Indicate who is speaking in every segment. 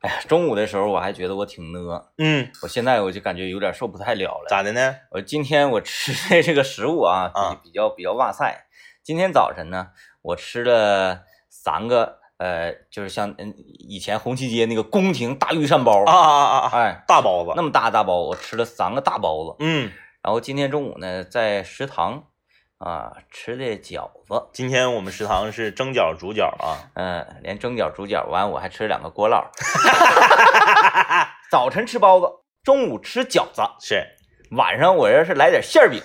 Speaker 1: 哎呀，中午的时候我还觉得我挺呢，
Speaker 2: 嗯，
Speaker 1: 我现在我就感觉有点受不太了了。
Speaker 2: 咋的呢？
Speaker 1: 我今天我吃的这个食物啊，
Speaker 2: 啊
Speaker 1: 比比较比较哇塞。今天早晨呢，我吃了三个，呃，就是像嗯以前红旗街那个宫廷大御膳包，
Speaker 2: 啊啊啊啊啊！
Speaker 1: 哎，
Speaker 2: 大包子
Speaker 1: 那，么大大包，我吃了三个大包子。
Speaker 2: 嗯，
Speaker 1: 然后今天中午呢，在食堂啊吃的饺子，
Speaker 2: 今天我们食堂是蒸饺、煮饺啊，
Speaker 1: 嗯、连蒸饺、煮饺完，我还吃了两个锅烙。 早晨吃包子，中午吃饺子，
Speaker 2: 是，
Speaker 1: 晚上我要是来点馅儿饼，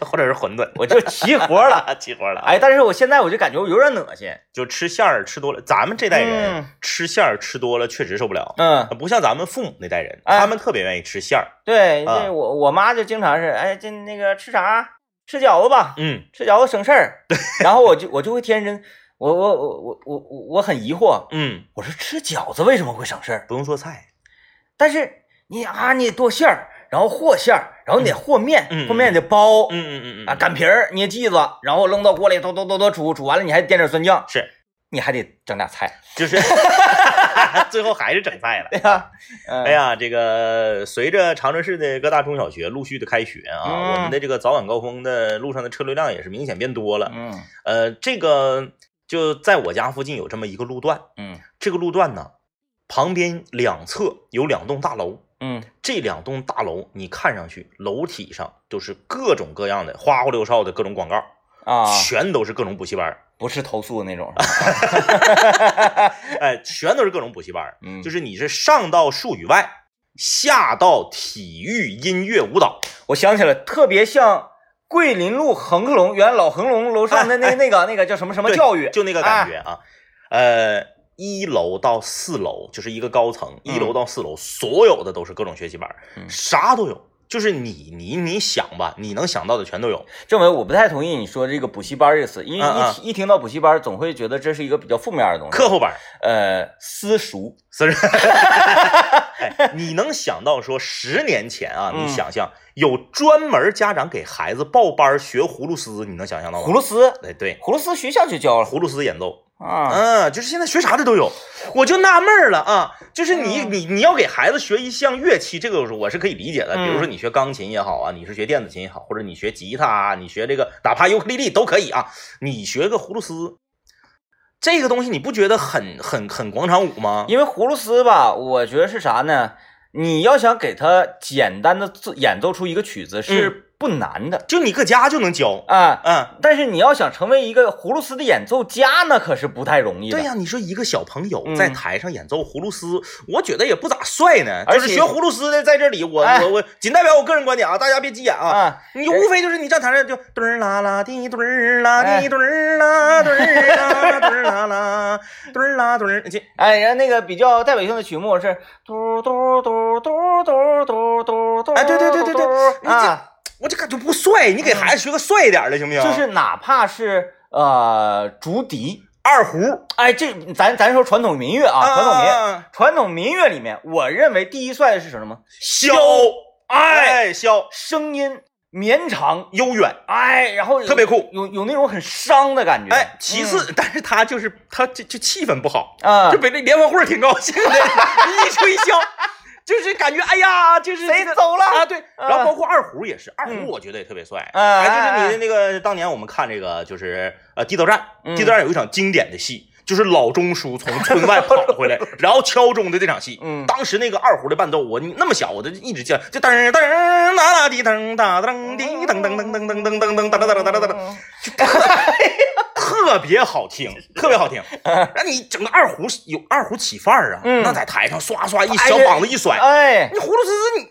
Speaker 2: 或者是馄饨，
Speaker 1: 我就齐活了。
Speaker 2: 啊，齐活了。哎，
Speaker 1: 哎，但是我现在我就感觉我有点恶心。
Speaker 2: 就吃馅儿吃多了，咱们这代人
Speaker 1: 嗯
Speaker 2: 吃馅儿吃多了确实受不了，
Speaker 1: 嗯，
Speaker 2: 不像咱们父母那代人，
Speaker 1: 哎
Speaker 2: 他们特别愿意吃馅儿。
Speaker 1: 对，
Speaker 2: 啊
Speaker 1: 对我我妈就经常是，哎，这那个吃啥？吃饺子吧，
Speaker 2: 嗯
Speaker 1: 吃饺子省事 儿。然后我就我就会天真，我我我我我我我很疑惑，
Speaker 2: 嗯，
Speaker 1: 我说吃饺子为什么会省事儿？
Speaker 2: 不用做菜，
Speaker 1: 但是你啊，你得剁馅儿，然后和馅儿，然后你得和面，
Speaker 2: 嗯
Speaker 1: 和面得包、
Speaker 2: 嗯嗯嗯嗯
Speaker 1: 啊，擀皮儿、捏剂子，然后扔到锅里，嘟嘟嘟嘟煮，煮完了你还得点点酸酱，
Speaker 2: 是，
Speaker 1: 你还得整俩菜。
Speaker 2: 就是 最后还是整菜了。
Speaker 1: 对呀、 嗯
Speaker 2: 哎，呀，这个随着长春市的各大中小学陆续的开学啊，
Speaker 1: 嗯
Speaker 2: 我们的这个早晚高峰的路上的车流量也是明显变多了。
Speaker 1: 嗯
Speaker 2: 呃，这个就在我家附近有这么一个路段，
Speaker 1: 嗯
Speaker 2: 这个路段呢，旁边两侧有两栋大楼，
Speaker 1: 嗯
Speaker 2: 这两栋大楼你看上去楼体上都是各种各样的花花六哨的各种广告，
Speaker 1: 啊，
Speaker 2: 全都是各种补习班儿，
Speaker 1: 不是投诉的那种，是吧
Speaker 2: 哎，全都是各种补习班儿，
Speaker 1: 嗯，
Speaker 2: 就是是你是上到数语外。下到体育、音乐、舞蹈，
Speaker 1: 我想起来，特别像桂林路恒客隆，原来老恒隆楼上的 那那个那个叫什么什么
Speaker 2: 对
Speaker 1: 教育，
Speaker 2: 就那个感觉啊。呃，一楼到四楼就是一个高层，一楼到四楼所有的都是各种学习班儿，
Speaker 1: 嗯
Speaker 2: 啥都有。就是你你你想吧，你能想到的全都有。
Speaker 1: 政委，我不太同意你说这个补习班这个词，因为
Speaker 2: 嗯嗯
Speaker 1: 一提一听到补习班，总会觉得这是一个比较负面的东西。
Speaker 2: 课后班儿，
Speaker 1: 呃，私塾，
Speaker 2: 是不是？ 哎，你能想到说十年前啊，
Speaker 1: 嗯
Speaker 2: 你想象有专门家长给孩子报班儿学葫芦丝，你能想象到吗？
Speaker 1: 葫芦丝，
Speaker 2: 哎对，
Speaker 1: 葫芦丝学校就教了
Speaker 2: 葫芦丝演奏，
Speaker 1: 啊。
Speaker 2: 嗯、就是现在学啥的都有，我就纳闷儿了啊，就是你
Speaker 1: 嗯
Speaker 2: 你你要给孩子学一项乐器，这个我是我是可以理解的，比如说
Speaker 1: 嗯
Speaker 2: 你学钢琴也好啊，你是学电子琴也好，或者你学吉他啊，你学这个哪怕尤克里里都可以啊，你学个葫芦丝，这个东西你不觉得很很很广场舞吗？
Speaker 1: 因为葫芦丝吧，我觉得是啥呢？你要想给它简单的演奏出一个曲子
Speaker 2: 嗯
Speaker 1: 是不难的
Speaker 2: 就你搁家就能教，
Speaker 1: 啊、
Speaker 2: 嗯，
Speaker 1: 但是你要想成为一个葫芦丝的演奏家，那可是不太容易的。
Speaker 2: 对呀、你说一个小朋友
Speaker 1: 嗯
Speaker 2: 在台上演奏葫芦丝，我觉得也不咋帅呢。
Speaker 1: 而
Speaker 2: 就是
Speaker 1: 且
Speaker 2: 学葫芦丝的在这里，我、
Speaker 1: 哎
Speaker 2: 我我仅代表我个人观点啊，大家别急眼啊。
Speaker 1: 啊，
Speaker 2: 你无非就是你站台上就墩儿啦啦滴墩儿啦滴
Speaker 1: 哎
Speaker 2: 墩儿 啦墩儿啦墩儿啦啦墩儿啦墩儿，这
Speaker 1: 哎，人家那个比较代表性的曲目是嘟嘟嘟嘟嘟嘟嘟嘟，
Speaker 2: 哎对对对对对你这
Speaker 1: 啊，
Speaker 2: 我就感觉不帅，你给孩子学个帅一点的行不行？
Speaker 1: 嗯就是哪怕是呃竹笛，
Speaker 2: 二胡
Speaker 1: 哎，这咱咱说传统民乐啊，传统民乐
Speaker 2: 啊
Speaker 1: 传统民乐里面，我认为第一帅的是什么？
Speaker 2: 箫，
Speaker 1: 哎，
Speaker 2: 哎箫
Speaker 1: 声音绵长，
Speaker 2: 悠远，
Speaker 1: 哎，然后有
Speaker 2: 特别酷。
Speaker 1: 有有那种很伤的感觉。
Speaker 2: 哎，其
Speaker 1: 嗯
Speaker 2: 次，但是他就是他就就气氛不好，
Speaker 1: 啊
Speaker 2: 就，比那联欢会儿挺高兴 的，一吹箫，就是感觉哎呀，就是
Speaker 1: 谁
Speaker 2: 这个
Speaker 1: 走了
Speaker 2: 啊？对，
Speaker 1: 嗯
Speaker 2: 然后包括二胡也是，二
Speaker 1: 嗯
Speaker 2: 胡我觉得也特别帅。
Speaker 1: 嗯
Speaker 2: 哎，就是
Speaker 1: 哎
Speaker 2: 你的那个当年我们看这个就是呃地道战，
Speaker 1: 嗯
Speaker 2: 地道战有一场经典的戏。就是老钟叔从村外跑回来， 然后敲钟的这场戏，
Speaker 1: 嗯
Speaker 2: 当时那个二胡的伴奏，我那么小，我就一直叫，就噔噔哒啦滴噔哒噔滴噔噔噔噔噔噔噔噔哒哒哒哒哒哒
Speaker 1: 哦
Speaker 2: 哒，特别好听，特别好 听。那你整个二胡有二胡起范儿啊，
Speaker 1: 嗯
Speaker 2: 那在台上唰唰一小膀子一甩，
Speaker 1: 哎，
Speaker 2: 你葫芦丝你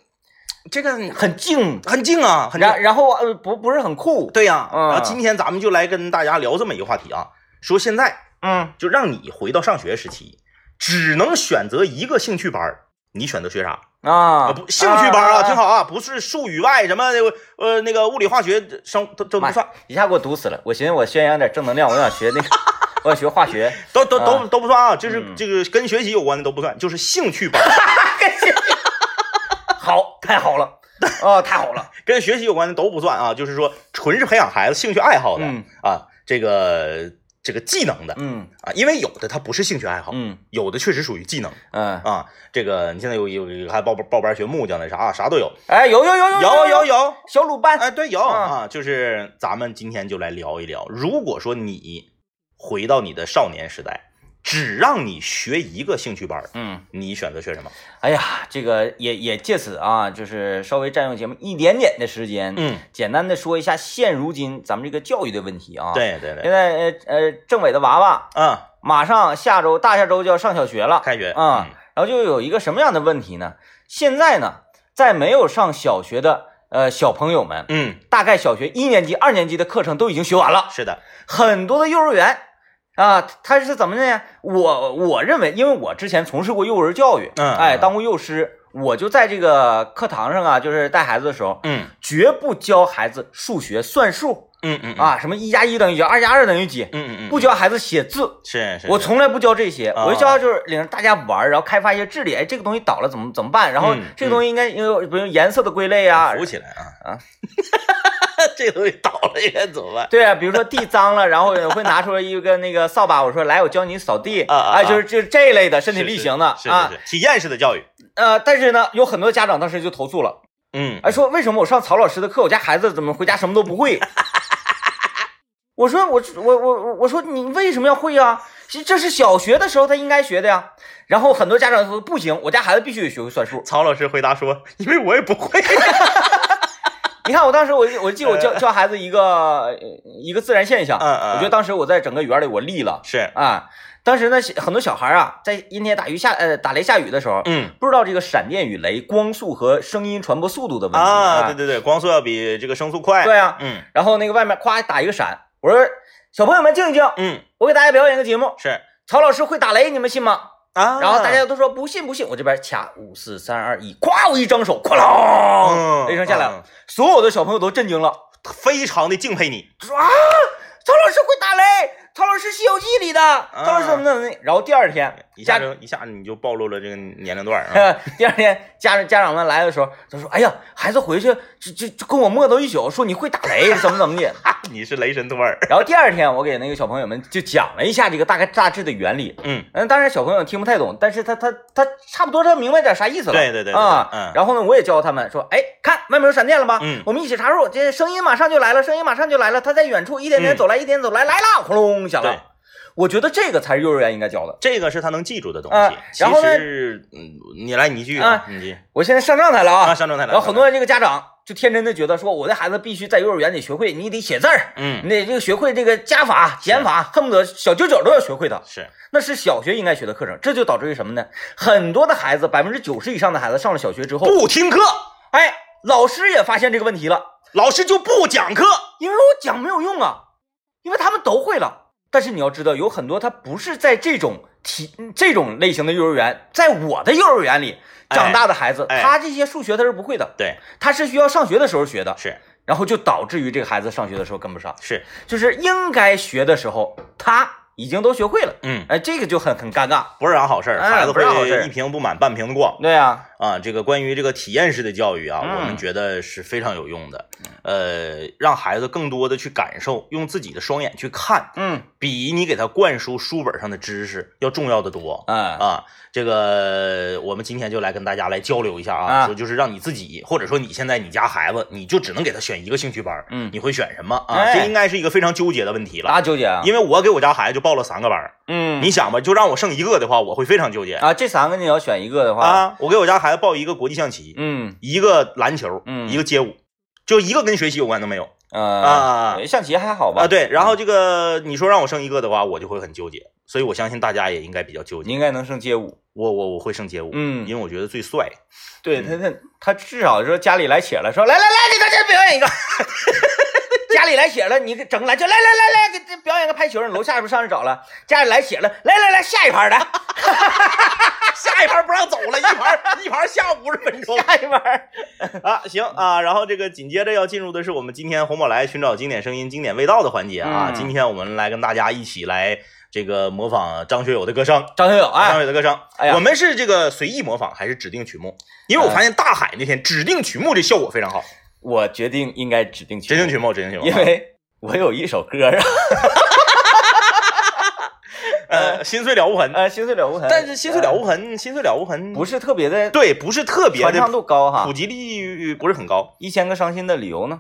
Speaker 2: 这个很
Speaker 1: 很静，
Speaker 2: 很静啊，很静。
Speaker 1: 然然后呃不不是很酷，
Speaker 2: 对呀、
Speaker 1: 嗯
Speaker 2: 然后今天咱们就来跟大家聊这么一个话题啊，说现在
Speaker 1: 嗯
Speaker 2: 就让你回到上学时期，只能选择一个兴趣班儿。你选择学啥？
Speaker 1: 啊
Speaker 2: 啊，不，兴趣班儿啊，挺
Speaker 1: 好。
Speaker 2: 好啊，不是数语外什么呃那个物理化学生都都不
Speaker 1: 妈
Speaker 2: 算，
Speaker 1: 一下给我堵死了。我寻思我宣扬点正能量，我想学那个， 我想学化 学。
Speaker 2: 都都都都不算啊，就是
Speaker 1: 嗯
Speaker 2: 这个跟学习有关的都不算，就是兴趣班儿。
Speaker 1: 好，太好 了，哦，太好了。
Speaker 2: 跟啊学习有关的都不算啊，就是说纯是培养孩子兴趣爱好的、
Speaker 1: 嗯
Speaker 2: 啊，这个这个技能的
Speaker 1: 嗯
Speaker 2: 啊，因为有的它不是兴趣爱好，
Speaker 1: 嗯
Speaker 2: 有的确实属于技能
Speaker 1: 嗯，
Speaker 2: 啊。这个你现在有有有还报报班学木匠的啥啊啥都有，
Speaker 1: 哎，有有有有
Speaker 2: 有有
Speaker 1: 有
Speaker 2: 有，
Speaker 1: 小鲁班，
Speaker 2: 哎对有
Speaker 1: 啊
Speaker 2: 啊，就是咱们今天就来聊一聊，如果说你回到你的少年时代，只让你学一个兴趣班儿，
Speaker 1: 嗯，
Speaker 2: 你选择学什么？
Speaker 1: 哎呀，这个也也借此啊，就是稍微占用节目一点点的时间，
Speaker 2: 嗯，
Speaker 1: 简单的说一下现如今咱们这个教育的问题啊。，
Speaker 2: 对对对
Speaker 1: 现，在呃呃，政委的娃娃
Speaker 2: 啊，
Speaker 1: 马上下周大下周就要上小学了，
Speaker 2: 开嗯学
Speaker 1: 啊，然后就有一个什么样的问题呢？现在呢，在没有上小学的呃小朋友们，
Speaker 2: 嗯，
Speaker 1: 大概小学一年级、二年级的课程都已经学完了
Speaker 2: 嗯，是的，
Speaker 1: 很多的幼儿园啊，它是怎么的呢？我我认为，因为我之前从事过幼儿教育，
Speaker 2: 嗯
Speaker 1: 哎，当过幼师，我就在这个课堂上啊，就是带孩子的时候，
Speaker 2: 嗯
Speaker 1: 绝不教孩子数学算数
Speaker 2: 嗯嗯嗯
Speaker 1: 啊，什么一加一等于几，二加二等于几，
Speaker 2: 嗯嗯，
Speaker 1: 不教孩子写字，
Speaker 2: 是是，
Speaker 1: 我
Speaker 2: 是
Speaker 1: 从来不教这些，
Speaker 2: 啊
Speaker 1: 我就教就是领着大家玩儿，然后开发一些智力，哎，这个东西倒了怎么怎么办？然后
Speaker 2: 嗯
Speaker 1: 这个东西应该因为比如颜色的归类啊，
Speaker 2: 扶起来啊
Speaker 1: 啊！
Speaker 2: 这东西倒了应该怎么办？
Speaker 1: 对啊，比如说地脏了，然后我会拿出一个那个扫把，我说来，我教你扫地
Speaker 2: 啊啊啊
Speaker 1: 哎就是就是这一类的身体力行的
Speaker 2: 是
Speaker 1: 啊
Speaker 2: 是，是，体验式的教育。
Speaker 1: 呃，但是呢，有很多家长当时就投诉了，
Speaker 2: 嗯
Speaker 1: 哎，说为什么我上曹老师的课，我家孩子怎么回家什么都不会？ 我说我我我我我说你为什么要会啊？这这是小学的时候他应该学的呀。然后很多家长说不行，我家孩子必须得学会算数。
Speaker 2: 曹老师回答说：“因为我也不会。
Speaker 1: 你看，我当时我我记得
Speaker 2: 呃
Speaker 1: 我教教孩子一个呃一个自然现象，
Speaker 2: 嗯嗯嗯
Speaker 1: 我觉得当时我在整个园里我立了”
Speaker 2: 是，
Speaker 1: 啊。当时呢，很多小孩啊，在阴天打雨下呃打雷下雨的时候，
Speaker 2: 嗯
Speaker 1: 不知道这个闪电与雷、光速和声音传播速度的问题
Speaker 2: 啊，对对对，光速要比这个声速快。
Speaker 1: 嗯对啊。
Speaker 2: 嗯
Speaker 1: 然后那个外面夸打一个闪，我说小朋友们静一静，
Speaker 2: 嗯，
Speaker 1: 我给大家表演个节目，
Speaker 2: 是
Speaker 1: 曹老师会打雷，你们信吗？
Speaker 2: 啊。
Speaker 1: 然后大家都说不信不信，我这边掐五四三二一，咵我一张手，哐啷，
Speaker 2: 嗯
Speaker 1: 雷声下来
Speaker 2: 嗯
Speaker 1: 了，所有的小朋友都震惊了。
Speaker 2: 非常的敬佩你。
Speaker 1: 说啊，曹老师会打雷，曹老师《西游记》里的，曹老师怎么怎么的。然后第二天，
Speaker 2: 一
Speaker 1: 家
Speaker 2: 下就一下你就暴露了这个年龄段儿 啊！
Speaker 1: 呃 第二天家家长们来的时候，他说：“哎呀，孩子回去就就就跟我磨叨一宿，说你会打雷，怎么怎么的。
Speaker 2: 你是雷神嗯托尔”。
Speaker 1: 然后第二天，我给那个小朋友们就讲了一下这个大概大致的原理。
Speaker 2: 嗯
Speaker 1: 嗯，当然小朋友听不太懂，但是他他他差不多他明白点啥意思了。
Speaker 2: 对对对对
Speaker 1: 啊，
Speaker 2: 嗯
Speaker 1: 然后呢，我也教他们说，哎，看外面有闪电了吧？
Speaker 2: 嗯
Speaker 1: 我们一起查数，这声音马上就来了，声音马上就来了，他在远处一点点
Speaker 2: 嗯
Speaker 1: 走来，一点点走来，来了，轰隆响
Speaker 2: 对
Speaker 1: 了。我觉得这个才是幼儿园应该教的。
Speaker 2: 这个是他能记住的东
Speaker 1: 啊
Speaker 2: 西。其
Speaker 1: 然后呢
Speaker 2: 实，嗯，你来你一句啊，你继续
Speaker 1: 我现在上状态了啊，
Speaker 2: 啊，上状态了。
Speaker 1: 然后很多这个家长就天真的觉得说，我的孩子必须在幼儿园里学会，你得写字儿，
Speaker 2: 嗯
Speaker 1: 你得这个学会这个加法、减法，恨不得小九九都要学会它。
Speaker 2: 是
Speaker 1: 那是小学应该学的课程，这就导致于什么呢？很多的孩子，百分之九十以上的孩子上了小学之后，
Speaker 2: 不听课，
Speaker 1: 哎，老师也发现这个问题了，
Speaker 2: 老师就不讲课。
Speaker 1: 因为我讲没有用啊，因为他们都会了。但是你要知道，有很多他不是在这种体这种类型的幼儿园，在我的幼儿园里
Speaker 2: 哎
Speaker 1: 长大的孩子，
Speaker 2: 哎
Speaker 1: 他这些数学他是不会的，
Speaker 2: 对，
Speaker 1: 他是需要上学的时候学的，
Speaker 2: 是
Speaker 1: 然后就导致于这个孩子上学的时候跟不上，
Speaker 2: 是，
Speaker 1: 就是应该学的时候他已经都学会了，
Speaker 2: 嗯，
Speaker 1: 哎，这个就很很尴尬。
Speaker 2: 不是啥好事儿，
Speaker 1: 哎
Speaker 2: 孩子
Speaker 1: 不是好事儿
Speaker 2: 会一瓶不满半瓶子逛
Speaker 1: 对呀、
Speaker 2: 啊。这个关于这个体验式的教育啊，
Speaker 1: 嗯
Speaker 2: 我们觉得是非常有用的，呃，让孩子更多的去感受，用自己的双眼去看，
Speaker 1: 嗯
Speaker 2: 比你给他灌输书本上的知识要重要的多。
Speaker 1: 哎
Speaker 2: 啊，这个我们今天就来跟大家来交流一下
Speaker 1: 啊
Speaker 2: 啊，说就是让你自己，或者说你现在你家孩子，你就只能给他选一个兴趣班儿，
Speaker 1: 嗯
Speaker 2: 你会选什么啊？
Speaker 1: 哎
Speaker 2: 这应该是一个非常纠结的问题了，
Speaker 1: 啊，纠结啊，
Speaker 2: 因为我给我家孩子就报了三个班儿，
Speaker 1: 嗯
Speaker 2: 你想吧，就让我剩一个的话，我会非常纠结
Speaker 1: 啊，这三个你要选一个的话，
Speaker 2: 啊！我给我家孩子报一个国际象棋，
Speaker 1: 嗯
Speaker 2: 一个篮球，
Speaker 1: 嗯
Speaker 2: 一个街舞，就一个跟学习有关都没有
Speaker 1: 呃
Speaker 2: 啊
Speaker 1: 象棋还好吧？
Speaker 2: 啊！对，然后这个你说让我剩一个的话，我就会很纠结，所以我相信大家也应该比较纠
Speaker 1: 你
Speaker 2: 结。
Speaker 1: 应该能胜街舞。
Speaker 2: 我我我会剩街舞，
Speaker 1: 嗯
Speaker 2: 因为我觉得最帅。
Speaker 1: 对他他他至少说家里来且了，说来来来，给大家表演一 个。家里来且了，你给整个篮球，来来来来，给这表演个排球。楼下不上去找了，家里来且了，来来来，下一盘 来，
Speaker 2: 啊下一盘不让走了，一盘一盘下五十分钟
Speaker 1: 下一盘。
Speaker 2: 啊！行啊，然后这个紧接着要进入的是我们今天红宝来寻找经典声音、经典味道的环节啊！
Speaker 1: 嗯
Speaker 2: 今天我们来跟大家一起来这个模仿张学友的歌声。
Speaker 1: 张学友
Speaker 2: 张
Speaker 1: 哎，
Speaker 2: 伟的歌声。
Speaker 1: 哎呀
Speaker 2: 我们是这个随意模仿还是指定曲目？因为我发现大海那天指定曲目这效果非常好，
Speaker 1: 哎我决定应该指定曲，啊
Speaker 2: 指定曲，目，指定曲目。
Speaker 1: 因为我有一首歌啊，
Speaker 2: 呃，心碎了无痕。
Speaker 1: 呃，心碎了无痕，
Speaker 2: 但是心碎了无痕，心碎了无痕
Speaker 1: 不是特别的
Speaker 2: 对，不是特别
Speaker 1: 传唱
Speaker 2: 的
Speaker 1: 度啊高哈
Speaker 2: 普。及率不是很高。
Speaker 1: 一千个伤心的理由呢？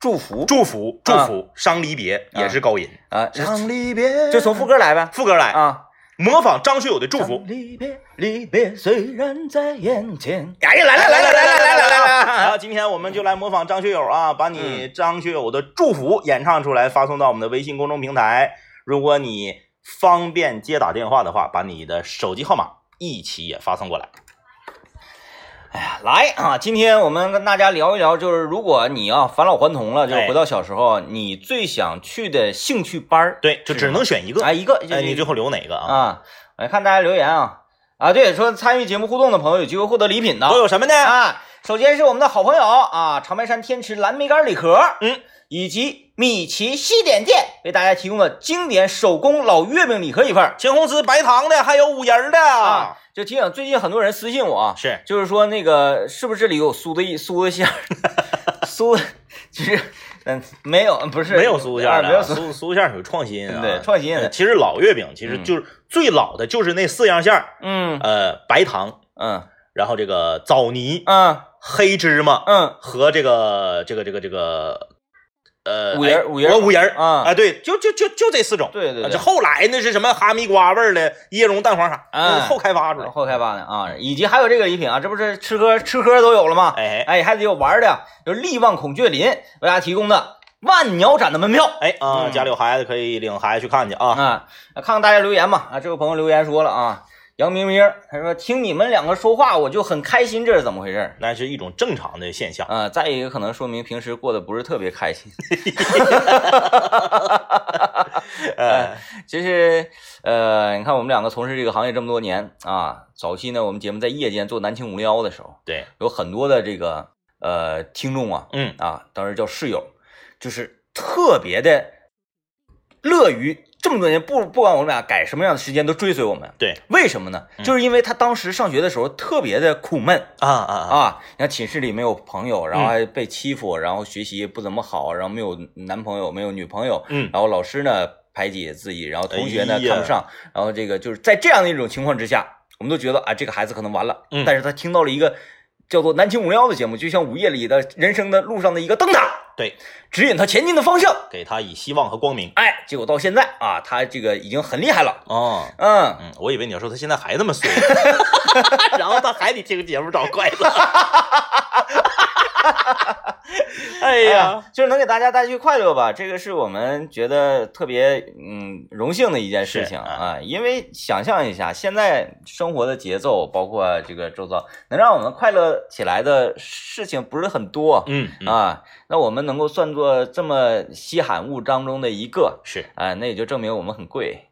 Speaker 1: 祝福
Speaker 2: 祝福祝
Speaker 1: 啊
Speaker 2: 福，伤离别也是高音。
Speaker 1: 啊，
Speaker 2: 伤离别，
Speaker 1: 就从副歌来呗
Speaker 2: 副歌来，
Speaker 1: 啊。
Speaker 2: 模仿张学友的祝福。
Speaker 1: 离别，离别虽然在眼前。
Speaker 2: 哎呀，来了
Speaker 1: 来了来了来了来了
Speaker 2: 来了！然后今天我们就来模仿张学友啊，把你张学友的祝福演唱出来，发送到我们的微信公众平台。如果你方便接打电话的话，把你的手机号码一起也发送过来。
Speaker 1: 来啊，今天我们跟大家聊一聊，就是如果你啊返老还童了，就是
Speaker 2: 哎
Speaker 1: 回到小时候，你最想去的兴趣班儿。
Speaker 2: 对，就只能选一个。
Speaker 1: 哎，一个，
Speaker 2: 哎，你最后留哪个啊？
Speaker 1: 啊，我来看大家留言啊啊，对，说参与节目互动的朋友有机会获得礼品的
Speaker 2: 都有什么呢？
Speaker 1: 啊。首先是我们的好朋友啊，长白山天池蓝莓干礼盒，
Speaker 2: 嗯，
Speaker 1: 以及米奇西点店为大家提供的经典手工老月饼礼盒一份儿
Speaker 2: 青红丝、白糖的，还有五仁儿的。
Speaker 1: 啊。就提醒最近很多人私信我啊，
Speaker 2: 是
Speaker 1: 就是说那个是不是里有酥的一酥的馅儿， 酥就是嗯没有不是
Speaker 2: 没有酥
Speaker 1: 啊
Speaker 2: 馅儿的啊，
Speaker 1: 没有酥
Speaker 2: 酥酥馅儿属于创新啊，
Speaker 1: 对创新
Speaker 2: 呃其实老月饼其实
Speaker 1: 嗯
Speaker 2: 就是最老的，就是那四样馅儿，
Speaker 1: 嗯
Speaker 2: 呃，白糖，
Speaker 1: 嗯
Speaker 2: 然后这个枣泥、
Speaker 1: 嗯
Speaker 2: 黑芝麻
Speaker 1: 嗯
Speaker 2: 和这个这个这个这个呃
Speaker 1: 五仁
Speaker 2: 哎
Speaker 1: 儿五仁儿
Speaker 2: 我五仁儿
Speaker 1: 啊
Speaker 2: 啊，对，就就就就这四种。
Speaker 1: 对对
Speaker 2: 啊
Speaker 1: 对
Speaker 2: 这后来那是什么哈密瓜味儿的、椰蓉蛋黄啥，
Speaker 1: 嗯
Speaker 2: 那是后开发出来。
Speaker 1: 后开发的啊，以及还有这个礼品啊，这不是吃喝吃喝都有了吗？
Speaker 2: 哎
Speaker 1: 哎，还得有玩的，就是力旺孔雀林为大家提供的万鸟展的门票
Speaker 2: 哎啊，
Speaker 1: 嗯
Speaker 2: 家里有孩子可以领孩子去看去啊。
Speaker 1: 啊。看看大家留言吧啊，这位朋友留言说了啊，杨明明他说听你们两个说话我就很开心，这是怎么回事？
Speaker 2: 那是一种正常的现象，
Speaker 1: 啊，再一个可能说明平时过得不是特别开心。
Speaker 2: 呃，
Speaker 1: 其实，呃，你看我们两个从事这个行业这么多年啊，早期呢，我们节目在夜间做南青无聊的时候，
Speaker 2: 对，
Speaker 1: 有很多的这个呃听众啊，
Speaker 2: 嗯，
Speaker 1: 啊，当时叫室友，就是特别的乐于这么多年，不不管我们俩改什么样的时间都追随我们。
Speaker 2: 对，
Speaker 1: 为什么呢？就是因为他当时上学的时候特别的苦闷
Speaker 2: 啊啊啊，
Speaker 1: 啊，你看寝室里没有朋
Speaker 2: 嗯
Speaker 1: 友，然后还被欺负，然后学习不怎么好，然后没有男朋友，没有女朋友，
Speaker 2: 嗯
Speaker 1: 然后老师呢排挤自己，然后同学呢
Speaker 2: 哎呀
Speaker 1: 看不上，然后这个就是在这样的一种情况之下，我们都觉得啊这个孩子可能完了，
Speaker 2: 嗯
Speaker 1: 但是他听到了一个叫做《南青五零幺》的节目，就像午夜里的人生的路上的一个灯塔，
Speaker 2: 对，
Speaker 1: 指引他前进的方向。
Speaker 2: 给他以希望和光明。
Speaker 1: 哎，结果到现在啊，他这个已经很厉害了，
Speaker 2: 哦，
Speaker 1: 嗯，
Speaker 2: 嗯，我以为你要说他现在还那么衰， 然后他还得听节目找快 乐。哎
Speaker 1: 哎
Speaker 2: 呀，，
Speaker 1: 就是能给大家带去快乐吧，这个是我们觉得特别嗯荣幸的一件事情
Speaker 2: 是
Speaker 1: 啊。因为想象一下，现在生活的节奏，包括这个周遭，能让我们快乐起来的事情不是很多、
Speaker 2: 嗯，嗯
Speaker 1: 啊。那我们能够算作这么稀罕物当中的一个
Speaker 2: 是
Speaker 1: 啊、那也就证明我们很贵。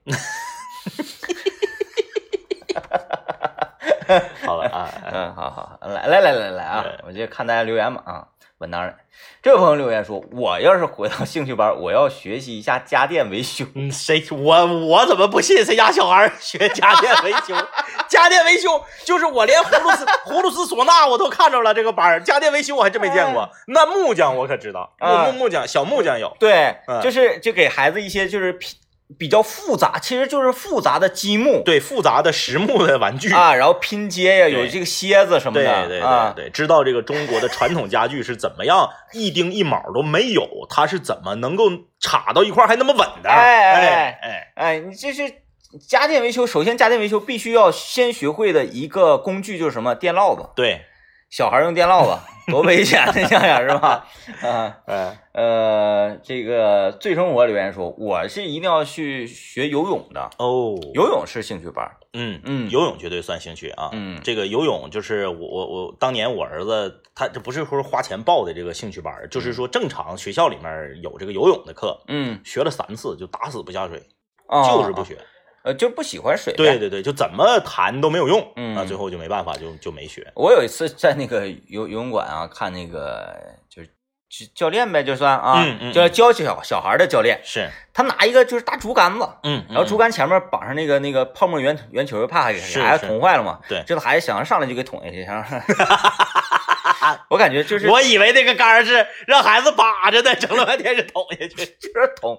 Speaker 2: 好了啊，
Speaker 1: 嗯，好好，好来来来来来啊
Speaker 2: 对，
Speaker 1: 我就看大家留言嘛啊。稳当然，这位朋友留言说：“我要是回到兴趣班，我要学习一下家电维修。”
Speaker 2: 嗯，谁我我怎么不信谁家小孩儿学家电维修？家电维修就是我连葫芦丝、葫芦丝、唢呐我都看着了这个班儿，家电维修我还真没见过。那木匠我可知道，木
Speaker 1: 啊
Speaker 2: 木木匠小木匠有，
Speaker 1: 对，
Speaker 2: 嗯
Speaker 1: 就是就给孩子一些就是比比较复杂，其实就是复杂的积木
Speaker 2: 对复杂的实木的玩具
Speaker 1: 啊，然后拼接呀，
Speaker 2: 对
Speaker 1: 有这个楔子什么
Speaker 2: 对
Speaker 1: 的，
Speaker 2: 对对
Speaker 1: 啊，
Speaker 2: 对，知道这个中国的传统家具是怎么样一丁一毛都没有，它是怎么能够插到一块儿还那么稳的？
Speaker 1: 哎哎
Speaker 2: 哎哎，
Speaker 1: 哎，你这是家电维修，首先家电维修必须要先学会的一个工具就是什么？电烙子，
Speaker 2: 对，
Speaker 1: 小孩用电烙 子多危险，你想想是吧？啊
Speaker 2: 嗯
Speaker 1: 呃，这个醉生活留言说，我是一定要去学游泳的，
Speaker 2: 哦，
Speaker 1: 游泳是兴趣班儿，
Speaker 2: 嗯
Speaker 1: 嗯
Speaker 2: 游泳绝对算兴趣啊。
Speaker 1: 嗯
Speaker 2: 这个游泳就是我我我当年我儿子他这不是说花钱报的这个兴趣班儿，就是说正常学校里面有这个游泳的课，
Speaker 1: 嗯，
Speaker 2: 学了三次就打死不下水，
Speaker 1: 啊
Speaker 2: 就是不学。
Speaker 1: 呃就不喜欢水呗，
Speaker 2: 对对对，就怎么弹都没有用，
Speaker 1: 嗯
Speaker 2: 啊，最后就没办法就就没学。
Speaker 1: 我有一次在那个游游泳馆啊，看那个就是教教练呗，就算啊，
Speaker 2: 嗯嗯
Speaker 1: 就是教小小孩的教练，
Speaker 2: 是，
Speaker 1: 他拿一个就是大竹竿子，
Speaker 2: 嗯，
Speaker 1: 然后竹竿
Speaker 2: 竿
Speaker 1: 前面绑上那个那个泡沫圆圆球，怕给
Speaker 2: 是
Speaker 1: 孩子
Speaker 2: 是
Speaker 1: 捅坏了嘛。
Speaker 2: 对
Speaker 1: 这个孩子想上来就给捅下去，想让 我感觉就是
Speaker 2: 我以为那个杆儿是让孩子把着的，整了半天是捅下去。
Speaker 1: 就是捅，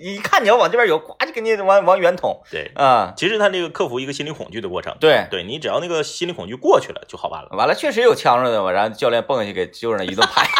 Speaker 1: 一看你要往这边游，呱就给你往往远捅
Speaker 2: 对，
Speaker 1: 啊、
Speaker 2: 其实他这个克服一个心理恐惧的过程，
Speaker 1: 对，
Speaker 2: 对你只要那个心理恐惧过去了就好办了。
Speaker 1: 完了确实有呛着的嘛，然后教练蹦下去给救人一顿拍。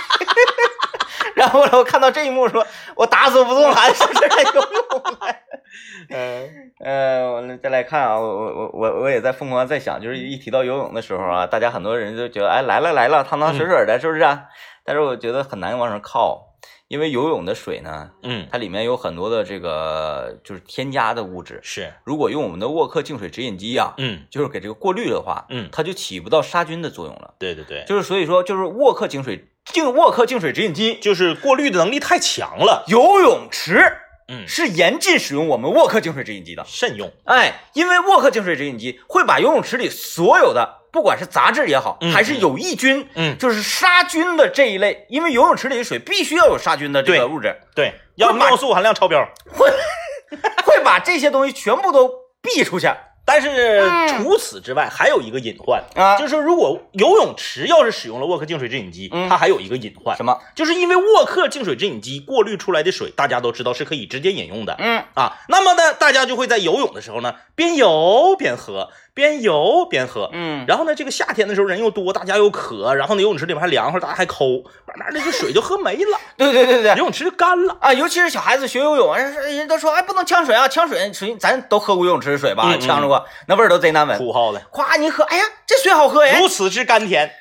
Speaker 1: 然后呢，我看到这一幕说，我打死吴宗涵是不是在游 泳来？
Speaker 2: 嗯，
Speaker 1: 呃，完了再来看啊，我我我我也在疯狂地在想，就是一提到游泳的时候啊，大家很多人就觉得哎来了来了，汤汤水水的，是不是、啊？但是我觉得很难往上靠，因为游泳的水呢，
Speaker 2: 嗯，
Speaker 1: 它里面有很多的这个就是添加的物质。
Speaker 2: 是，
Speaker 1: 如果用我们的沃克净水直饮机啊，
Speaker 2: 嗯
Speaker 1: 就是给这个过滤的话，
Speaker 2: 嗯，
Speaker 1: 它就起不到杀菌的作用了。
Speaker 2: 对对对，
Speaker 1: 就是所以说，就是沃克净水净沃克净水直饮机，
Speaker 2: 就是过滤的能力太强了，
Speaker 1: 游泳池
Speaker 2: 嗯，
Speaker 1: 是严禁使用我们沃克净水直饮机的。
Speaker 2: 慎用，
Speaker 1: 哎，因为沃克净水直饮机会把游泳池里所有的，不管是杂质也好，
Speaker 2: 嗯
Speaker 1: 还是有益菌，
Speaker 2: 嗯，
Speaker 1: 就是杀菌的这一类，因为游泳池里的水必须要有杀菌的这
Speaker 2: 对
Speaker 1: 个物质，
Speaker 2: 对，要
Speaker 1: 不是把
Speaker 2: 尿素含量超标。
Speaker 1: 会把这些东西全部都避出去啊。
Speaker 2: 但是除此之外，还有一个隐患，就是说如果游泳池要是使用了沃克净水制饮机，
Speaker 1: 嗯
Speaker 2: 它还有一个隐患
Speaker 1: 什，么？
Speaker 2: 就是因为沃克净水制饮机过滤出来的水，大家都知道是可以直接饮用的
Speaker 1: 嗯，
Speaker 2: 啊。那么呢，大家就会在游泳的时候呢，边游边喝，边游边喝。
Speaker 1: 嗯，
Speaker 2: 然后呢，这个夏天的时候人又多，大家又渴，然后呢游泳池里面还凉快，大家还抠，慢慢的这水就喝没 了，
Speaker 1: 对对对对
Speaker 2: 游，泳池就干了。
Speaker 1: 啊，尤其是小孩子学游泳，人人都说哎不能呛水啊，呛水水咱都喝过游泳池水吧，
Speaker 2: 嗯嗯
Speaker 1: 呛着过，那味儿都贼难闻。
Speaker 2: 土豪的，
Speaker 1: 夸你喝，哎呀，这水好喝呀！
Speaker 2: 如此之甘甜。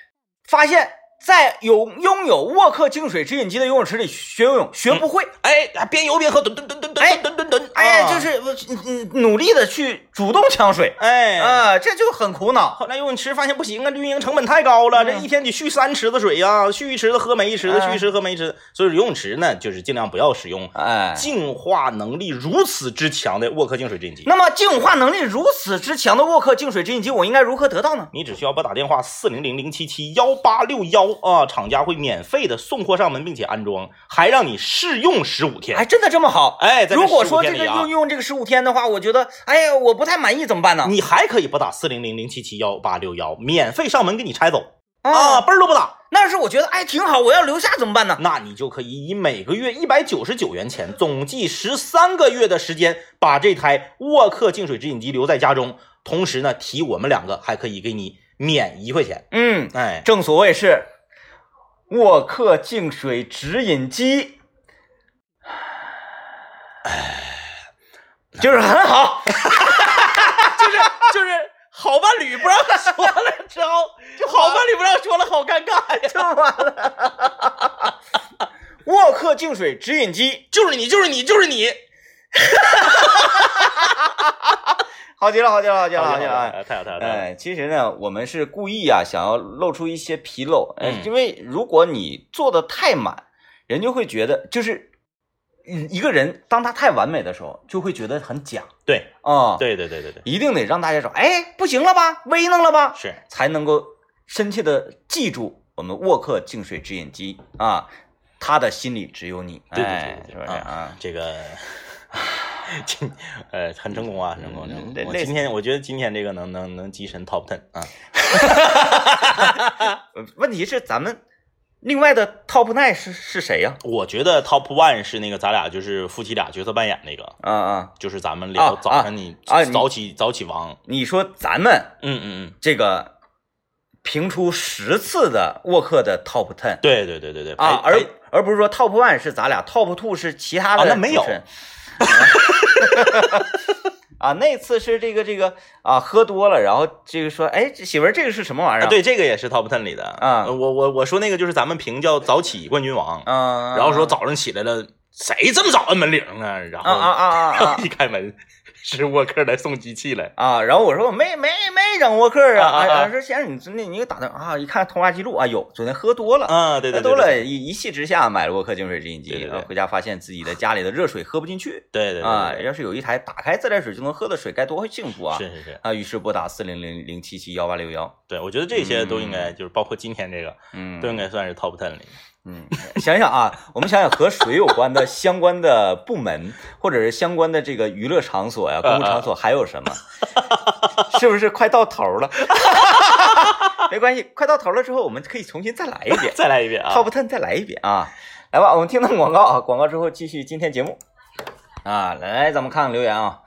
Speaker 1: 发现，在有拥有沃克净水直饮机的游泳池里学游泳学不会，
Speaker 2: 哎，边游边喝，吨吨吨吨吨吨吨吨，
Speaker 1: 哎呀，
Speaker 2: 啊
Speaker 1: 就是我嗯嗯努力的去主动呛水，
Speaker 2: 哎
Speaker 1: 啊，这就很苦恼。
Speaker 2: 后来游泳池发现不行啊，运营成本太高了，这
Speaker 1: 嗯
Speaker 2: 一天得续三池子水呀、续一池子喝没一池子，
Speaker 1: 哎
Speaker 2: 续一池子喝没一池子。所以游泳池呢，就是尽量不要使用
Speaker 1: 哎，
Speaker 2: 净化能力如此之强的沃克净水制饮机。
Speaker 1: 那么净化能力如此之强的沃克净水直饮机，我应该如何得到呢？
Speaker 2: 你只需要拨打电话四零零零七七幺八六幺啊，厂家会免费的送货上门，并且安装，还让你试用十五天。
Speaker 1: 哎，真的这么好？
Speaker 2: 哎，在
Speaker 1: 如果说
Speaker 2: 15
Speaker 1: 这
Speaker 2: 天
Speaker 1: 个
Speaker 2: 里啊
Speaker 1: 用用这个十五天的话，我觉得，哎呀，我不太满意，怎么办呢？
Speaker 2: 你还可以拨打四零零零七七幺八六幺，免费上门给你拆走
Speaker 1: 啊
Speaker 2: 啊，，倍儿都不打。
Speaker 1: 那是我觉得哎挺好，我要留下怎么办呢？
Speaker 2: 那你就可以以每个月一百九十九元钱，总计十三个月的时间，把这台沃克净水直饮机留在家中。同时呢，提我们两个还可以给你免一块钱。
Speaker 1: 嗯，
Speaker 2: 哎，
Speaker 1: 正所谓是沃克净水直饮机，就是很 好，
Speaker 2: 就是好伴侣不让说了之后，就好伴侣不让说了，好尴尬呀！
Speaker 1: 就完了。沃克净水直饮机，
Speaker 2: 就是你，就是你，就是你，
Speaker 1: 好极了，好极了，好极了，好极了！哎
Speaker 2: 哎太好太好太好了！
Speaker 1: 哎，其实呢，我们是故意啊，想要露出一些纰漏，呃
Speaker 2: 嗯
Speaker 1: 因为如果你做的太满，人就会觉得就是嗯一个人当他太完美的时候，就会觉得很假
Speaker 2: 对
Speaker 1: 啊、，
Speaker 2: 对对对对对，
Speaker 1: 一定得让大家说，哎，不行了吧，威弄了吧，
Speaker 2: 是
Speaker 1: 才能够深切的记住我们沃克净水直饮机啊，他的心里只有你，
Speaker 2: 对对对
Speaker 1: 哎
Speaker 2: 对
Speaker 1: 是不
Speaker 2: 对
Speaker 1: 是啊？
Speaker 2: 这个。 今呃很成功啊，很成功！
Speaker 1: 嗯
Speaker 2: 很成
Speaker 1: 累
Speaker 2: 功我
Speaker 1: 累
Speaker 2: 今天我觉得今天这个能能能跻身 top ten 啊，
Speaker 1: 呃问题是咱们另外的 top nine 是是谁呀、
Speaker 2: 我觉得 top one 是那个咱俩就是夫妻俩角色扮演那个，
Speaker 1: 啊啊，
Speaker 2: 就是咱们聊
Speaker 1: 啊
Speaker 2: 早上你
Speaker 1: 啊你
Speaker 2: 早起早起王，
Speaker 1: 你说咱们。
Speaker 2: 嗯嗯嗯，
Speaker 1: 这个评出十次的沃克的 Top Ten
Speaker 2: 对对对对对
Speaker 1: 啊，
Speaker 2: 排
Speaker 1: 而
Speaker 2: 排
Speaker 1: 而不是说 Top One 是咱俩，Top Two 是其他的
Speaker 2: 哎啊
Speaker 1: 主持人、
Speaker 2: 那没有
Speaker 1: 啊， 那次是这个这个啊，喝多了，然后这个说，哎，这媳妇儿这个是什么玩意儿、
Speaker 2: 啊，对这个也是 top ten 里的呃
Speaker 1: 啊
Speaker 2: 我我我说那个就是咱们评叫早起冠军王，
Speaker 1: 嗯，
Speaker 2: 然后说早上起来了，谁这么早按门铃啊？然
Speaker 1: 啊啊
Speaker 2: 后
Speaker 1: 啊啊啊
Speaker 2: 一开门是沃克来送机器来，
Speaker 1: 啊，然后我说我没没没整沃克啊，
Speaker 2: 啊啊
Speaker 1: 哎
Speaker 2: 啊
Speaker 1: 啊说先生你昨天你给我打电话啊，一看通话记录啊，有昨天喝多了。
Speaker 2: 啊对对
Speaker 1: 喝
Speaker 2: 对
Speaker 1: 多了，
Speaker 2: 对
Speaker 1: 一一气之下买了沃克净水直饮机，
Speaker 2: 对对对
Speaker 1: 然后回家发现自己的家里的热水喝不进去，
Speaker 2: 对对
Speaker 1: 啊，
Speaker 2: 对
Speaker 1: 要是有一台打开自来水就能喝的水，该多幸福啊！
Speaker 2: 对，是是是，
Speaker 1: 啊，于是拨打四零零零七七幺八六幺。
Speaker 2: 对我觉得这些都应该就是包括今天这个
Speaker 1: 嗯，
Speaker 2: 都应该算是 top ten 里，
Speaker 1: 嗯，想想啊，我们想想和水有关的相关的部门，或者是相关的这个娱乐场 所呀、公共场所还有什么？是不是快到头了？ 没关系，快到头了之后，我们可以重新再来一遍
Speaker 2: 再来一遍啊！
Speaker 1: ，Top Ten 再来一遍啊！来吧，我们听段广告啊，广告之后继续今天节目啊。来，咱们看看留言啊。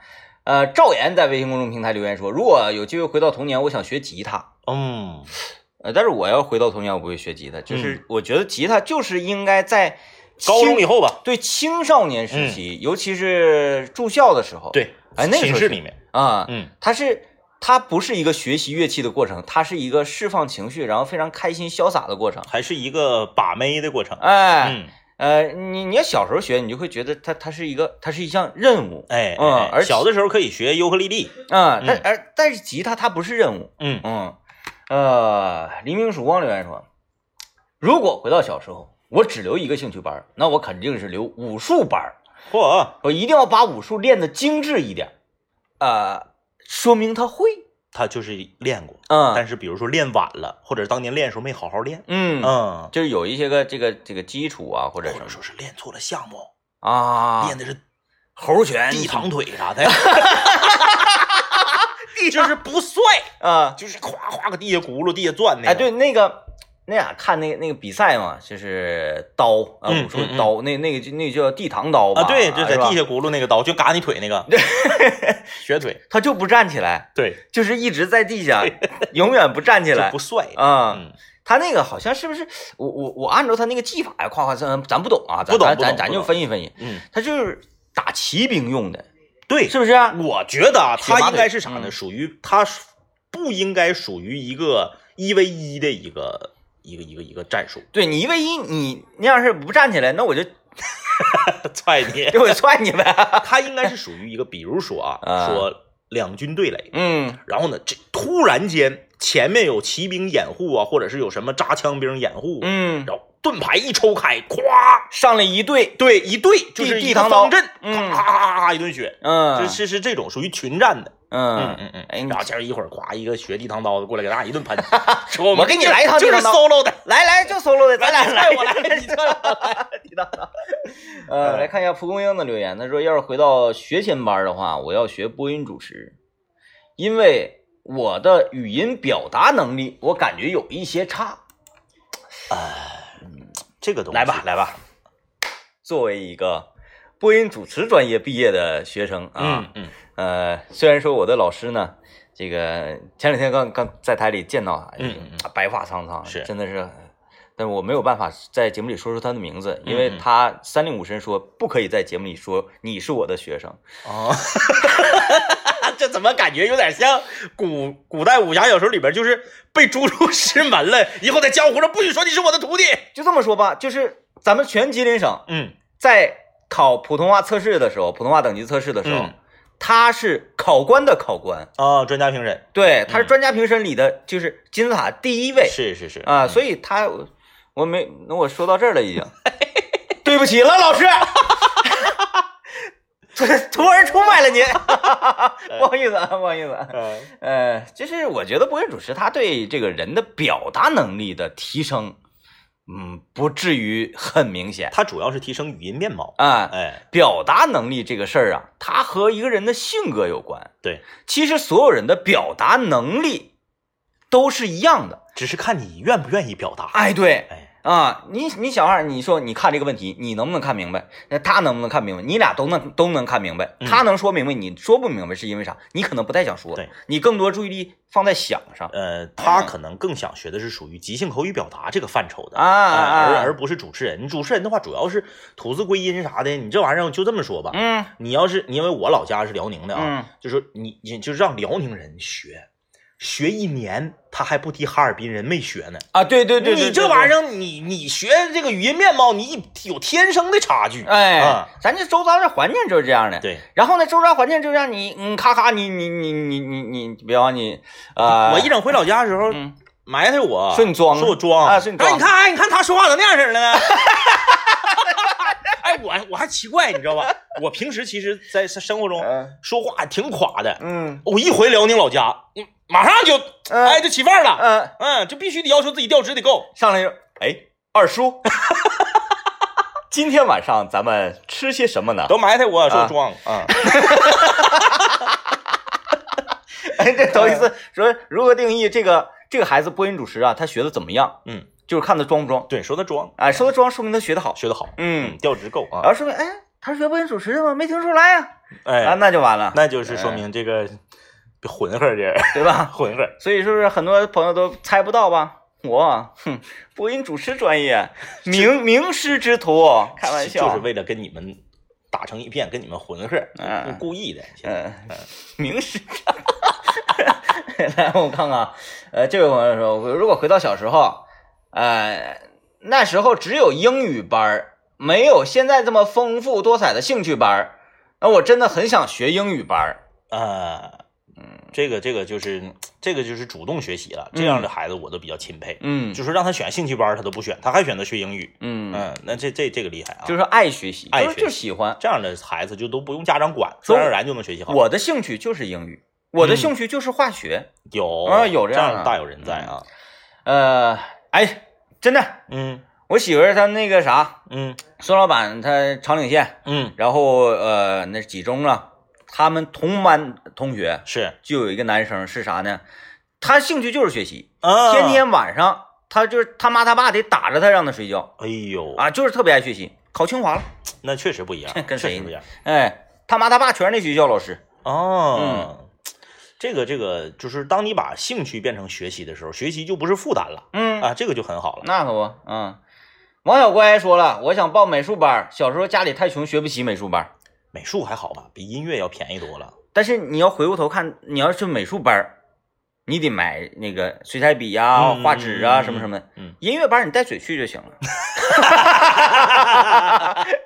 Speaker 1: 呃，赵岩在微信公众平台留言说，如果有机会回到童年，我想学吉他。
Speaker 2: 嗯，
Speaker 1: 呃，但是我要回到童年，我不会学吉他，就是我觉得吉他就是应该在
Speaker 2: 高中以
Speaker 1: 青
Speaker 2: 后吧，
Speaker 1: 对青少年时期，尤其是住校的时候，
Speaker 2: 对，
Speaker 1: 哎那个时候
Speaker 2: 寝
Speaker 1: 是
Speaker 2: 室里面，
Speaker 1: 啊，
Speaker 2: 嗯
Speaker 1: 它是它不是一个学习乐器的过程，它是一个释放情绪，然后非常开心潇洒的过程。
Speaker 2: 还是一个把妹的过程。
Speaker 1: 哎，
Speaker 2: 嗯，
Speaker 1: 呃，你你要小时候学，你就会觉得它它是一个它是一项任务，
Speaker 2: 哎，
Speaker 1: 嗯
Speaker 2: 哎
Speaker 1: 而且
Speaker 2: 小的时候可以学尤克里里。
Speaker 1: 啊，
Speaker 2: 嗯
Speaker 1: 但而但是吉他它不是任务，
Speaker 2: 嗯
Speaker 1: 嗯，呃，黎明曙光留言说，如果回到小时候，我只留一个兴趣班儿，那我肯定是留武术班儿，
Speaker 2: 嚯，
Speaker 1: 我一定要把武术练得精致一点，呃，说明他会，
Speaker 2: 他就是练过，
Speaker 1: 嗯
Speaker 2: 但是比如说练晚了，或者是当年练的时候没好好练，
Speaker 1: 嗯，
Speaker 2: 嗯，
Speaker 1: 就是有一些个这个这个基础啊，或者
Speaker 2: 或
Speaker 1: 什
Speaker 2: 者说
Speaker 1: 么
Speaker 2: 是练错了项目，
Speaker 1: 啊，
Speaker 2: 练的是
Speaker 1: 猴拳、
Speaker 2: 地堂腿啥的， 就是不帅，
Speaker 1: 啊，
Speaker 2: 就是夸夸搁地下轱辘、地下转那个。
Speaker 1: 哎，对，那个那俩看那个那个比赛嘛，就是刀啊，
Speaker 2: 嗯
Speaker 1: 武术
Speaker 2: 嗯嗯
Speaker 1: 刀，那那个就那个叫地堂刀吧，
Speaker 2: 啊，对，就在
Speaker 1: 是吧
Speaker 2: 地下轱辘那个刀，就嘎你腿那个，瘸腿，
Speaker 1: 他就不站起来。
Speaker 2: 对，
Speaker 1: 就是一直在地下，永远不站起
Speaker 2: 就
Speaker 1: 来
Speaker 2: 不帅。
Speaker 1: 啊、
Speaker 2: 嗯，
Speaker 1: 他那个好像是不是我我我按照他那个技法呀，夸夸咱咱不懂啊，咱
Speaker 2: 不懂
Speaker 1: 咱
Speaker 2: 不懂
Speaker 1: 咱咱
Speaker 2: 不
Speaker 1: 就
Speaker 2: 懂
Speaker 1: 分析分析，
Speaker 2: 嗯，
Speaker 1: 他就是打骑兵用的，
Speaker 2: 对，
Speaker 1: 是不是啊、
Speaker 2: 我觉得啊，
Speaker 1: 铁马
Speaker 2: 他应该
Speaker 1: 腿
Speaker 2: 是啥呢？
Speaker 1: 嗯
Speaker 2: 属于他属不应该属于一个一 v 一的一个一个一个一 个战术，
Speaker 1: 对你一 v 一，你你要是不站起来，那我就
Speaker 2: 踹你。
Speaker 1: 就我踹你呗。
Speaker 2: 他应该是属于一个，比如说啊，
Speaker 1: 啊
Speaker 2: 说两军对垒，
Speaker 1: 嗯
Speaker 2: 然后呢，这突然间前面有骑兵掩护啊，或者是有什么扎枪兵掩护，
Speaker 1: 嗯，
Speaker 2: 然后盾牌一抽开，咵，
Speaker 1: 上来一队，
Speaker 2: 对，一对就是
Speaker 1: 地
Speaker 2: 一
Speaker 1: 地
Speaker 2: 个
Speaker 1: 堂刀
Speaker 2: 方阵，
Speaker 1: 嗯
Speaker 2: 咔咔咔咔一顿血，
Speaker 1: 嗯
Speaker 2: 这是是这种属于群战的，
Speaker 1: 嗯
Speaker 2: 嗯嗯
Speaker 1: 哎
Speaker 2: 嗯，
Speaker 1: 你
Speaker 2: 然后前面一会儿咵一个学地堂刀的过来给大家一顿 喷，说
Speaker 1: 我给你来一趟
Speaker 2: 就
Speaker 1: 地
Speaker 2: 是
Speaker 1: 堂刀
Speaker 2: solo 的，
Speaker 1: 来来就 solo 的，咱俩
Speaker 2: 来
Speaker 1: 来
Speaker 2: 我来 你
Speaker 1: 你
Speaker 2: 踹
Speaker 1: 踹
Speaker 2: 我
Speaker 1: 我来，你当当。呃，来看一下蒲公英的留言，他说要是回到学前班的话，我要学播音主持，因为我的语音表达能力我感觉有一些差。
Speaker 2: 这个东西
Speaker 1: 来吧，来吧，作为一个播音主持专业毕业的学生啊
Speaker 2: 嗯，嗯，
Speaker 1: 呃，虽然说我的老师呢，这个前两天刚刚在台里见到他，
Speaker 2: 嗯嗯
Speaker 1: 啊白发苍苍，
Speaker 2: 是
Speaker 1: 真的是，但我没有办法在节目里说出他的名字，因
Speaker 2: 嗯
Speaker 1: 为
Speaker 2: 嗯
Speaker 1: 他三令五申说不可以在节目里说你是我的学生，
Speaker 2: 哦， 这怎么感觉有点像古古代武侠小说里边，就是被逐出师门了，以后在江湖上不许说你是我的徒弟。
Speaker 1: 就这么说吧，就是咱们全吉林省
Speaker 2: 嗯，
Speaker 1: 在考普通话测试的时候，普通话等级测试的时候，
Speaker 2: 嗯
Speaker 1: 他是考官的考官，
Speaker 2: 啊，专家评审
Speaker 1: 对，他是
Speaker 2: 嗯
Speaker 1: 专家评审里的就是金字塔第一位，
Speaker 2: 是是是
Speaker 1: 啊，所以他我我没那我说到这儿了已经， 对不起了老师， 徒徒儿出卖了 您，不好意思啊，不好意思啊，
Speaker 2: 嗯
Speaker 1: 呃，就是我觉得播音主持他对这个人的表达能力的提升，嗯，不至于很明显
Speaker 2: 它主要是提升语音面貌。
Speaker 1: 啊。
Speaker 2: 哎，
Speaker 1: 表达能力这个事儿啊，它和一个人的性格有关。
Speaker 2: 对，
Speaker 1: 其实所有人的表达能力都是一样的。
Speaker 2: 只是看你愿不愿意表达。
Speaker 1: 哎，对，
Speaker 2: 哎，
Speaker 1: 啊，你你小孩儿，你说你看这个问题，你能不能看明白？那他能不能看明白？你俩都能都能看明白。
Speaker 2: 嗯
Speaker 1: 他能说明白，你说不明白是因为啥？你可能不太想说
Speaker 2: 对，
Speaker 1: 你更多注意力放在想上
Speaker 2: 呃，他可能更想学的是属于即兴口语表达这个范畴的
Speaker 1: 啊。啊
Speaker 2: 哎而而
Speaker 1: 啊！
Speaker 2: 不是主持人，主持人的话主要是吐字归音啥的。你这玩意儿就这么说吧，
Speaker 1: 嗯
Speaker 2: 你要是你因为我老家是辽宁的啊，
Speaker 1: 嗯，
Speaker 2: 就说你你就让辽宁人学，学一年他还不提哈尔滨人没学呢。
Speaker 1: 啊，对对对，对
Speaker 2: 你这玩意，
Speaker 1: 对
Speaker 2: 儿，你你学这个语音面貌，你一有天生的差距。
Speaker 1: 哎
Speaker 2: 啊，
Speaker 1: 咱这周遭的环境就是这样的。
Speaker 2: 对，
Speaker 1: 然后呢，周遭环境就让你，嗯，咔咔，你你你你你你，比方你，啊，
Speaker 2: 我一整回老家的时候，
Speaker 1: 嗯
Speaker 2: 埋汰我，
Speaker 1: 说你装
Speaker 2: 说我装
Speaker 1: 啊说你装
Speaker 2: 哎，你看，哎，你看他说话怎么那样式儿的呢？ 哎，我我还奇怪，你知道吧？我平时其实，在生活中
Speaker 1: 嗯
Speaker 2: 说话挺垮的，
Speaker 1: 嗯
Speaker 2: 我一回辽宁老家，嗯，马上就
Speaker 1: 嗯
Speaker 2: 哎就起范儿了，
Speaker 1: 嗯，
Speaker 2: 嗯，就必须得要求自己调值得够。
Speaker 1: 上来就，哎，二叔， 今天晚上咱们吃些什么呢？
Speaker 2: 都埋汰我说
Speaker 1: 啊
Speaker 2: 装啊，
Speaker 1: 哎，这头一次说如何定义这个这个孩子播音主持啊，他学的怎么样？
Speaker 2: 嗯，
Speaker 1: 就是看他装不装。
Speaker 2: 对，说他装，
Speaker 1: 哎，说他装，说明他学的好。
Speaker 2: 学得好，
Speaker 1: 嗯，
Speaker 2: 调职够
Speaker 1: 然
Speaker 2: 啊，
Speaker 1: 后说明哎，他是学播音主持的吗？没听出来呀、啊，嗯
Speaker 2: 哎，
Speaker 1: 那就完了，
Speaker 2: 那就是说明这个 混混儿这人
Speaker 1: 对吧？
Speaker 2: 混混儿，
Speaker 1: 所以是不是很多朋友都猜不到吧？我，哼，播音主持专 业，名名师之徒，开玩笑，
Speaker 2: 就是为了跟你们打成一片，跟你们混混儿，
Speaker 1: 嗯
Speaker 2: 故意的。
Speaker 1: 嗯，名师。来，我看看，呃，这位朋友说，如果回到小时候，呃，那时候只有英语班儿，没有现在这么丰富多彩的兴趣班儿。那我真的很想学英语班儿。
Speaker 2: 啊，
Speaker 1: 嗯
Speaker 2: 这个这个就是这个就是主动学习了，这样的孩子我都比较钦佩。
Speaker 1: 嗯
Speaker 2: 就是让他选兴趣班儿，他都不选，他还选择学英语。
Speaker 1: 嗯，
Speaker 2: 嗯，那这这这个厉害啊！
Speaker 1: 就是爱学习，
Speaker 2: 爱
Speaker 1: 就是
Speaker 2: 学
Speaker 1: 就喜欢。
Speaker 2: 这样的孩子就都不用家长管，自
Speaker 1: 所以
Speaker 2: 然而然就能学习好。
Speaker 1: 我的兴趣就是英语，我的
Speaker 2: 嗯
Speaker 1: 兴趣就是化学。
Speaker 2: 有
Speaker 1: 啊有
Speaker 2: 这
Speaker 1: 这样
Speaker 2: 的
Speaker 1: 的嗯
Speaker 2: 大有人在啊。
Speaker 1: 呃，哎，真的，
Speaker 2: 嗯
Speaker 1: 我媳妇儿她那个啥，
Speaker 2: 嗯
Speaker 1: 孙老板他长岭县，
Speaker 2: 嗯，
Speaker 1: 然后呃，那几中啊，他们同班同学
Speaker 2: 是
Speaker 1: 就有一个男生是啥呢？他兴趣就是学习，
Speaker 2: 啊，
Speaker 1: 天天晚上他就是他妈他爸得打着他让他睡觉
Speaker 2: 哎呦，
Speaker 1: 啊，就是特别爱学习，考清华了，
Speaker 2: 那确实不一样，
Speaker 1: 跟
Speaker 2: 确
Speaker 1: 谁
Speaker 2: 实
Speaker 1: 呢
Speaker 2: 不一样
Speaker 1: 哎，他妈他爸全是那学校老师，嗯
Speaker 2: 哦。这个这个就是当你把兴趣变成学习的时候，学习就不是负担了
Speaker 1: 嗯，
Speaker 2: 啊，这个就很好了。
Speaker 1: 那可不，嗯。王小乖说了，我想报美术班，小时候家里太穷，学不起美术班。
Speaker 2: 美术还好吧，比音乐要便宜多了。
Speaker 1: 但是你要回过头看，你要去美术班儿，你得买那个水彩笔呀、
Speaker 2: 嗯
Speaker 1: 画纸啊、
Speaker 2: 嗯
Speaker 1: 什么什么的。
Speaker 2: 嗯
Speaker 1: 音乐班儿你带嘴去就行 了，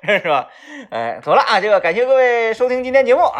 Speaker 1: 是吧？哎，走了啊，这个感谢各位收听今天节目啊。